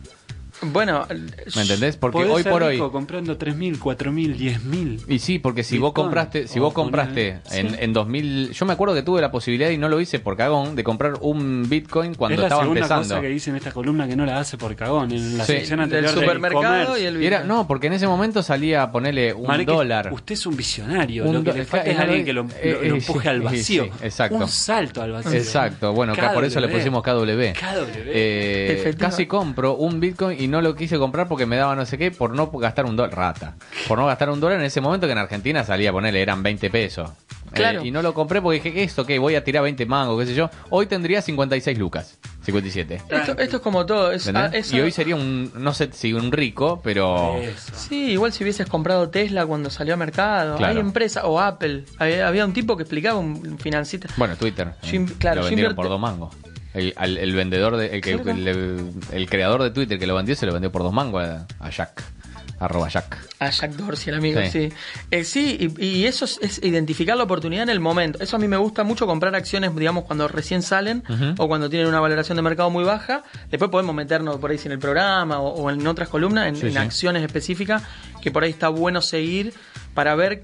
Bueno,
¿Me entendés? Porque
Podés
hoy
ser
por hoy...
rico comprando 3.000, 4.000, 10.000.
Y sí, porque si vos
Bitcoin.
compraste, si
O
vos compraste
poner-
en,
Sí.
en 2000, yo me acuerdo que tuve la posibilidad y no lo hice por cagón de comprar un Bitcoin cuando
es la
estaba
segunda
empezando.
cosa que dice en esta columna que no la hace por cagón. En la
Sí.
sección
el del
anterior del
supermercado
comercio.
y el
Y era,
Bitcoin.
no, porque en ese momento salía a ponerle un
Marek,
dólar.
Usted es un visionario.
Un
lo que
do-
le falta es
claro,
alguien que lo,
eh,
lo- lo
eh,
empuje
sí,
al vacío.
sí, exacto.
Un salto al vacío.
Exacto, bueno, acá por eso le pusimos KW.
KW.
Eh,
Efectivamente.
casi compro un Bitcoin y no lo quise comprar porque me daba no sé qué por no gastar un dólar. Rata. Por no gastar un dólar en ese momento que en Argentina salía, ponerle, eran 20 pesos. Eh,
Claro.
y no lo compré porque dije, ¿esto qué? Voy a tirar 20 mangos, qué sé yo. Hoy tendría 56 lucas. 57.
esto, esto es como todo. es-
¿Entendés?
ah, eso-
Y hoy sería un, no sé si un rico, pero...
Eso.
Sí, igual si hubieses comprado Tesla cuando salió a mercado.
Claro.
Hay empresas, o Apple. Había, había un tipo que explicaba, un financista.
Bueno, Twitter.
Yo in-
eh,
claro,
lo
yo
vendieron
invertí-
por dos mangos. El, al- el vendedor, de, el, que,
Claro.
el, el creador de Twitter que lo vendió, se lo vendió por dos mangos a, a Jack. Arroba Jack.
A Jack Dorsey, el amigo,
Sí.
sí. Sí, Eh, sí y, y eso es, es identificar la oportunidad en el momento. Eso a mí me gusta mucho comprar acciones, digamos, cuando recién salen o cuando tienen una valoración de mercado muy baja. Después podemos meternos por ahí si en el programa o, o en otras columnas, en,
Sí,
en
sí.
acciones específicas, que por ahí está bueno seguir para ver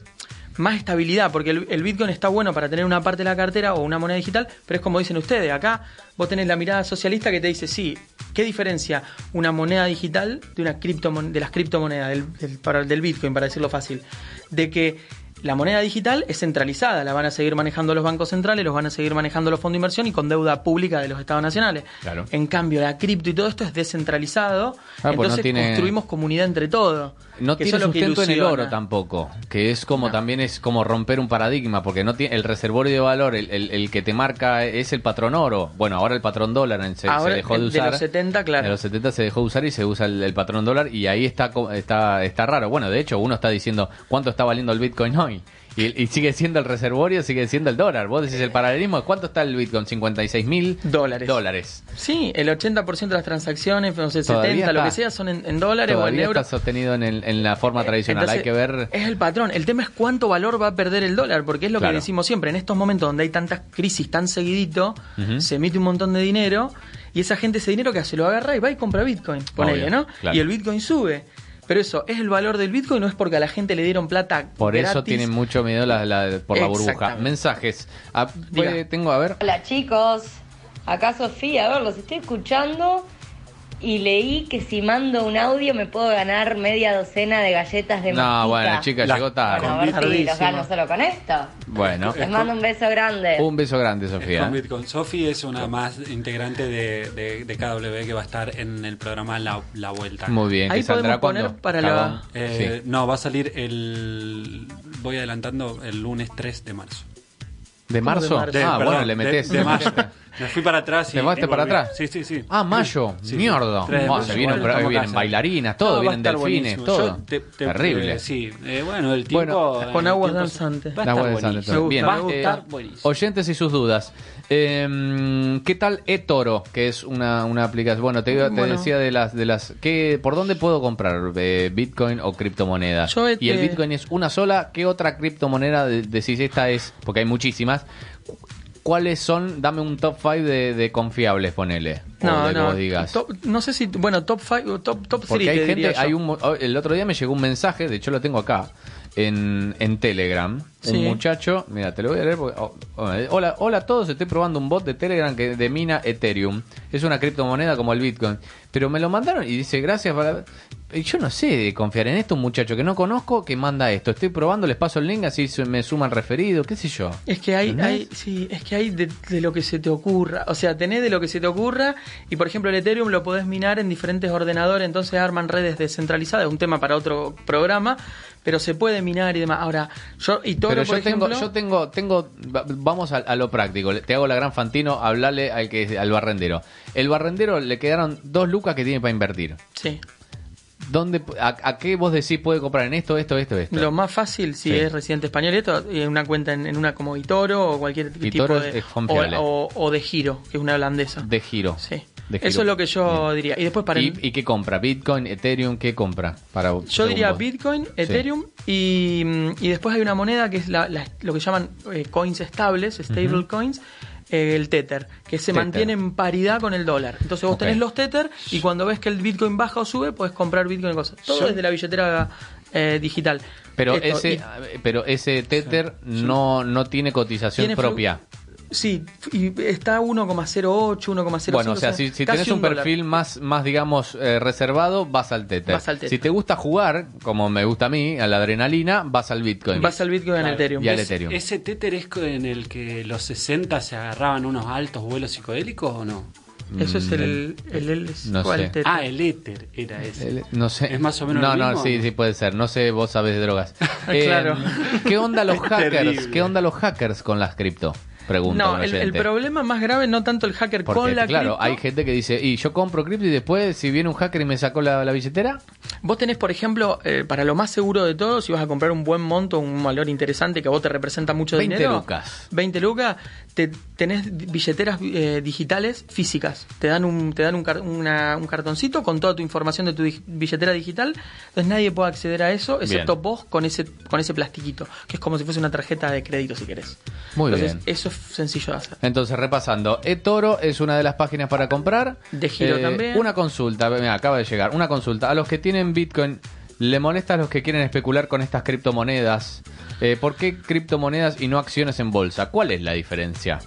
más estabilidad, porque el, el Bitcoin está bueno para tener una parte de la cartera o una moneda digital, pero es como dicen ustedes, acá vos tenés la mirada socialista que te dice, sí, ¿qué diferencia una moneda digital de una criptomon- de las criptomonedas, del, del- para- del Bitcoin, para decirlo fácil? De que la moneda digital es centralizada, la van a seguir manejando los bancos centrales, los van a seguir manejando los fondos de inversión y con deuda pública de los estados nacionales.
Claro.
En cambio, la cripto y todo esto es descentralizado,
Ah, pues no
entonces
tiene-
construimos comunidad entre todos.
No
que
tiene
eso es lo que
sustento en el
ilusiona.
oro tampoco, que es como también es como romper un paradigma, porque no tiene el reservorio de valor, el, el- el que te marca es el patrón oro. Bueno, ahora el patrón dólar en- se, se
Ahora,
dejó de
de
usar.
los 70, claro.
De los 70 se dejó de usar y se usa el, el patrón dólar y ahí está, co- está está raro. Bueno, de hecho uno está diciendo cuánto está valiendo el Bitcoin hoy. Y, y sigue siendo el reservorio, sigue siendo el dólar. Vos decís el paralelismo, ¿cuánto está el Bitcoin? 56 mil
Eh. Dólares.
dólares.
Sí, el 80% de las transacciones, no sé,
Todavía
70, lo
está.
que sea, son en, en dólares o en
Todavía está
euros.
sostenido en, el- en la forma tradicional. Hay que ver...
Entonces, Es el patrón. El tema es cuánto valor va a perder el dólar, porque es lo
Claro.
que decimos siempre. En estos momentos donde hay tantas crisis tan seguidito,
Ujú.
se emite un montón de dinero y esa gente ese dinero que hace lo agarra y va y compra Bitcoin, ponele,
Obvio,
¿no?
claro.
Y el Bitcoin sube. Pero eso, es el valor del Bitcoin, no es porque a la gente le dieron plata.
Por eso
gratis.
tienen mucho miedo la- la- por la burbuja.
Exactamente.
Mensajes. Ah,
Diga.
puede- tengo, a ver.
Hola chicos, acá Sofía, a ver, los estoy escuchando y leí que si mando un audio me puedo ganar media docena de galletas de
No,
mosquita.
bueno, chica,
La-
llegó
Bueno, a
tarde.
ver si
Tardísimo.
los gano solo con esto.
Bueno,
Les mando un beso grande.
un beso grande,
Es
Sofía.
con Bitcoin. Sofi es una más integrante de, de, de KW que va a estar en el programa La, La Vuelta.
Muy bien.
Ahí
¿que saldrá
podemos poner
cuándo?
para la-
Cagón.
Eh, No, va a salir el. Voy adelantando el lunes 3 de marzo.
Sí. ¿De marzo?
marzo?
De-
ah,
perdón,
bueno, le
de-
metes.
De, mayo. Me fui para atrás y.
¿Te fuiste
y
para
volví.
atrás?
Sí, sí, sí.
Ah, mayo.
Sí, sí.
Mierda.
3 de
Bueno,
mayo,
se vienen,
bueno,
por ahí
estamos
vienen
acá,
bailarinas, todo,
No, va a
vienen
estar
delfines,
buenísimo.
todo.
Yo te- te-
Terrible.
eh, sí, eh, bueno, el tiempo.
Bueno.
eh,
Con aguas
el tiempo-
danzantes.
Va a
La
estar
buena de Sandra.
buenísimo.
Me gusta,
Bien.
me gusta.
Eh,
Va a estar buenísimo.
oyentes y sus dudas. Eh, ¿Qué tal eToro? Que es una, una aplicación. Bueno, te, te
Bueno.
decía de las. de las ¿qué, ¿Por dónde puedo comprar eh, Bitcoin o criptomonedas?
Yo,
Y el
este-
Bitcoin es una sola. ¿Qué otra criptomoneda de- decís esta es? Porque hay muchísimas. ¿Cuáles son? Dame un top 5 de, de confiables, ponele. O
No,
de que
no.
vos digas.
Top- no sé si. Bueno, top 5 top, top
Porque
three,
hay
te diría
gente,
yo.
hay un, mo- oh, el otro día me llegó un mensaje, de hecho lo tengo acá, en, en Telegram.
Sí.
Un muchacho, mira, te lo voy a leer porque... oh, oh, eh, hola, hola a todos, estoy probando un bot de Telegram que de mina Ethereum. Es una criptomoneda como el Bitcoin. Pero me lo mandaron y dice, gracias para... Y Yo no sé de confiar en esto, un muchacho que no conozco que manda esto. Estoy probando, les paso el link, así se- me suman referido, qué sé yo.
Es que hay,
¿Entendés?
hay, sí, es que hay de, de lo que se te ocurra. O sea, tenés de lo que se te ocurra y, por ejemplo, el Ethereum lo podés minar en diferentes ordenadores, entonces arman redes descentralizadas, un tema para otro programa, pero se puede minar y demás. Ahora, yo y todo,
Pero
por
yo tengo,
ejemplo,
yo tengo, tengo, va- vamos a, a lo práctico. Le- Te hago la gran Fantino, hablale al que al barrendero. El barrendero le quedaron dos lucas que tiene para invertir.
sí,
¿Dónde, a, a qué vos decís puede comprar en esto, esto, esto, esto?
lo más fácil si
Sí.
es residente español y esto, eh, una cuenta en, en una como Itoro o cualquier
Itoro
tipo de
es confiable.
o, o- o de Giro, que es una holandesa.
de giro.
sí.
De giro.
Eso es lo que yo diría. Y después para
¿Y,
el-
y qué compra? Bitcoin, Ethereum, ¿qué compra? Para,
Yo
según
diría
vos?
Bitcoin,
Sí.
Ethereum y, mm, y después hay una moneda que es la, la- lo que llaman eh, coins estables, stable coins, eh, el Tether, que se
Tether.
mantiene en paridad con el dólar. Entonces vos
Ok.
tenés los Tether y cuando ves que el Bitcoin baja o sube, puedes comprar Bitcoin y cosas. Todo desde la billetera eh, digital.
Pero
Esto,
ese,
y-
pero ese Tether no, no tiene cotización
Tiene flu-
propia.
Sí, y está 1,08, 1,05.
Bueno, o sea, si, si
casi
tenés un
dólar.
perfil más, más digamos, eh, reservado, vas al Tether.
Vas al Tether.
Si te gusta jugar, como me gusta a mí, a la adrenalina, vas al Bitcoin.
Vas al Bitcoin en Ethereum.
Y al
Es-
Ethereum.
¿Ese Tether es en el que los 60 se agarraban unos altos vuelos psicodélicos o no?
Eso es el... el, el-
No
¿cuál
sé.
Tether?
Ah, el Ether era ese.
El- Eh, No sé.
¿Es más o menos
No,
lo
no,
mismo?
sí, sí puede ser. No sé, vos sabés de drogas. Eh,
Claro.
¿Qué onda los
Es
hackers?
terrible.
¿Qué onda los hackers con las cripto? Pregunta
No,
un
el, el
oyente.
problema más grave no tanto el hacker
Porque,
con la
claro,
cripto.
hay gente que dice, y yo compro cripto y después, si viene un hacker y me sacó la, la billetera,
Vos tenés, por ejemplo, eh, para lo más seguro de todo, si vas a comprar un buen monto, un valor interesante que a vos te representa mucho
20
dinero.
lucas.
20 lucas. Te, tenés billeteras eh, digitales físicas. Te dan, un, te dan un, car- una- un cartoncito con toda tu información de tu dig- billetera digital. Entonces nadie puede acceder a eso, excepto
Bien.
vos con ese, con ese plastiquito, que es como si fuese una tarjeta de crédito, si querés.
Muy
Entonces,
bien.
eso es sencillo de hacer.
Entonces, repasando, eToro es una de las páginas para comprar. Eh,
De giro también.
Una consulta, me acaba de llegar, una consulta. A los que tienen Bitcoin, ¿le molesta a los que quieren especular con estas criptomonedas? Eh, ¿Por qué criptomonedas y no acciones en bolsa? ¿Cuál es la diferencia?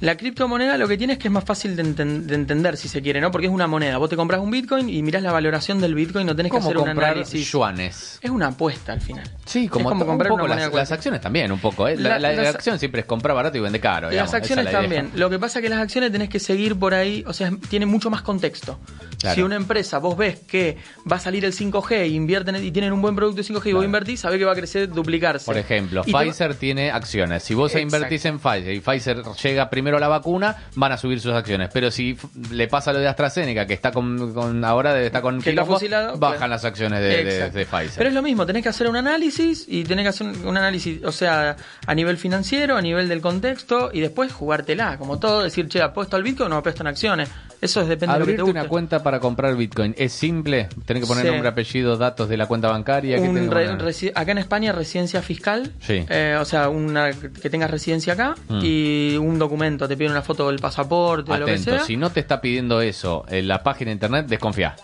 La criptomoneda lo que tiene es que es más fácil de, enten- de entender, si se quiere, ¿no? Porque es una moneda. Vos te compras un Bitcoin y mirás la valoración del Bitcoin, no tenés que
¿Cómo
hacer un
comprar
análisis.
yuanes?
Es una apuesta al final.
Sí, como,
Es como
to-
comprar
un poco
una
las,
moneda
las acciones también, un poco. ¿eh?
La-
La, la- la
las-
acción siempre es comprar barato y vende caro. digamos,
las
esa es la
acciones
idea.
también. Lo que pasa es que las acciones tenés que seguir por ahí, o sea, es- tiene mucho más contexto.
Claro.
Si una empresa vos ves que va a salir el 5G y invierten y tienen un buen producto de 5G y vos
Claro.
invertís, sabés que va a crecer, duplicarse.
Por ejemplo,
Y te-
Pfizer tiene acciones. Si vos
Exacto.
invertís en Pfizer y Pfizer llega primero a la vacuna, van a subir sus acciones. Pero si f- le pasa lo de AstraZeneca, que está con, con- ahora de- está con
Que está fusilado,
bajan
claro.
las acciones de, de-
Exacto.
de Pfizer.
Pero es lo mismo, tenés que hacer un análisis y tenés que hacer un un análisis, o sea, a nivel financiero, a nivel del contexto y después jugártela, como todo, decir, che, apuesto al Bitcoin o no apuesto en acciones. Eso es- depende de
Abrirte
lo que te
una
guste.
cuenta para comprar Bitcoin es simple. Tenés que poner
Sí.
nombre, apellido, datos de la cuenta bancaria. ¿qué
Un
tenés que
re-
poner?
resi- acá en España residencia fiscal,
Sí.
eh, o sea, una que tengas residencia acá
Mm.
y un documento, te piden una foto del pasaporte, de lo que
Atento,
sea.
si no te está pidiendo eso en la página de internet, desconfía.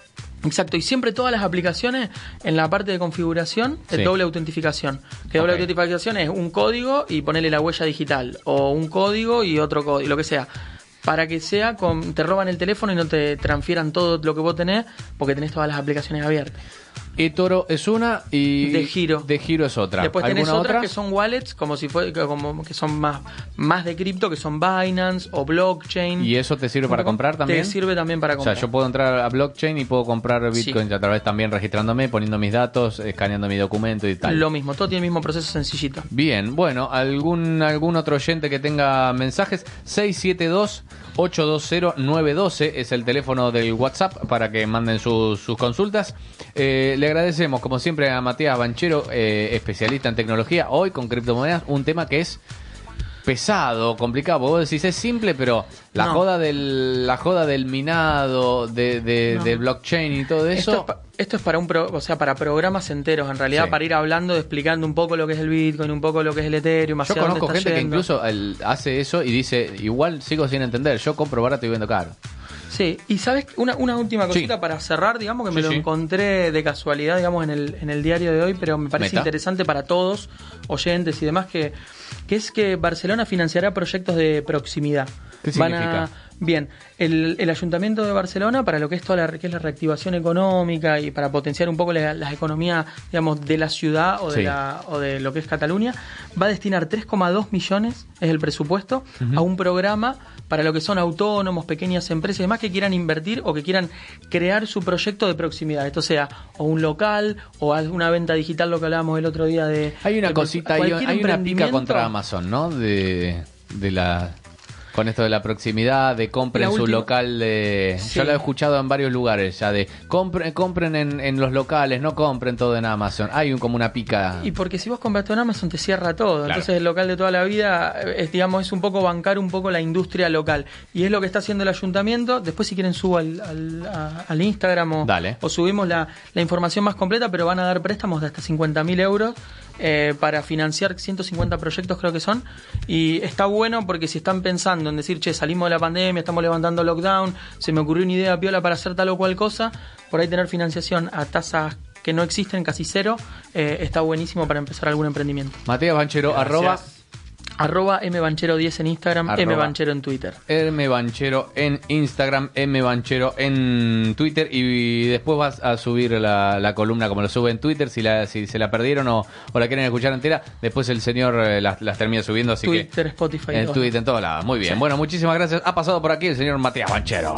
Exacto, y siempre todas las aplicaciones en la parte de configuración de
Sí.
doble autentificación. Que doble
Ok.
autentificación es un código y ponerle la huella digital, o un código y otro código, lo que sea. Para que sea, con, te roban el teléfono y no te transfieran todo lo que vos tenés, porque tenés todas las aplicaciones abiertas.
eToro es una y.
De Giro.
De Giro es otra.
Después
¿Alguna
tenés otras
otra?
que son wallets, como si fue, como que son más, más de cripto, que son Binance o blockchain.
¿Y eso te sirve para comprar también?
Te sirve también para
O sea,
comprar.
yo puedo entrar a blockchain y puedo comprar
Sí.
bitcoins a través también registrándome, poniendo mis datos, escaneando mi documento y tal.
Lo mismo, todo tiene el mismo proceso sencillito.
Bien, bueno, algún, algún otro oyente que tenga mensajes, 672-820-912 es el teléfono del WhatsApp para que manden sus- sus consultas. Eh, le agradecemos, como siempre, a Matías Banchero, eh, especialista en tecnología, hoy con criptomonedas, un tema que es pesado, complicado. porque Vos decís, es simple, pero la,
No.
joda, del, la joda del minado, de, de- del blockchain y todo
Esto
eso...
es, pa- esto es para un pro- o sea, para programas enteros, en realidad,
Sí.
para ir hablando, explicando un poco lo que es el Bitcoin, un poco lo que es el Ethereum,
Yo
hacia dónde
conozco
está
gente que
yendo.
incluso el- hace eso y dice, igual sigo sin entender, yo compro barato y vendo caro.
Sí, y sabes, una, una última cosita
Sí.
para cerrar, digamos que me
Sí,
lo
sí.
encontré de casualidad, digamos, en el, en el diario de hoy, pero me parece
Meta.
interesante para todos, oyentes y demás, que, que es que Barcelona financiará proyectos de proximidad.
¿Qué
a-
significa?
Bien, el, el Ayuntamiento de Barcelona, para lo que es toda la, que es la reactivación económica y para potenciar un poco la- las economías, digamos, de la ciudad o de,
Sí.
la- o de lo que es Cataluña, va a destinar 3,2 millones, es el presupuesto, a un programa para lo que son autónomos, pequeñas empresas y demás que quieran invertir o que quieran crear su proyecto de proximidad. Esto sea o un local o alguna venta digital, lo que hablábamos el otro día de...
Hay una
de-
cosita, hay,
cualquier
hay una pica
emprendimiento.
contra Amazon, ¿no? De, de la con esto de la proximidad, de compren
La
su
última.
local de...
Sí.
Yo lo he escuchado en varios lugares ya, de compren, compren en, en los locales, no compren todo en Amazon. Hay un, como una pica...
Y porque si vos compras todo en Amazon te cierra todo. Entonces el local de toda la vida eh, es, digamos, es un poco bancar un poco la industria local. Y es lo que está haciendo el ayuntamiento. Después si quieren subo al, al- a- al Instagram o,
Dale.
o subimos la, la información más completa, pero van a dar préstamos de hasta 50 mil euros eh, para financiar 150 proyectos creo que son. Y está bueno porque si están pensando en decir, che, salimos de la pandemia, estamos levantando lockdown, se me ocurrió una idea piola para hacer tal o cual cosa, por ahí tener financiación a tasas que no existen, casi cero, eh, está buenísimo para empezar algún emprendimiento.
Matías Banchero, arroba
Arroba mbanchero10 en Instagram,
Arroba.
mbanchero en Twitter.
M Banchero en Instagram, M Banchero en Twitter y después vas a subir la, la columna como lo sube en Twitter, si la si se la perdieron o, o la quieren escuchar entera, después el señor eh, las, las termina subiendo, así
Twitter,
que
Spotify.
en
todo.
Twitter en todos lados. Muy bien. Bueno, muchísimas gracias. Ha pasado por aquí el señor Matías Banchero.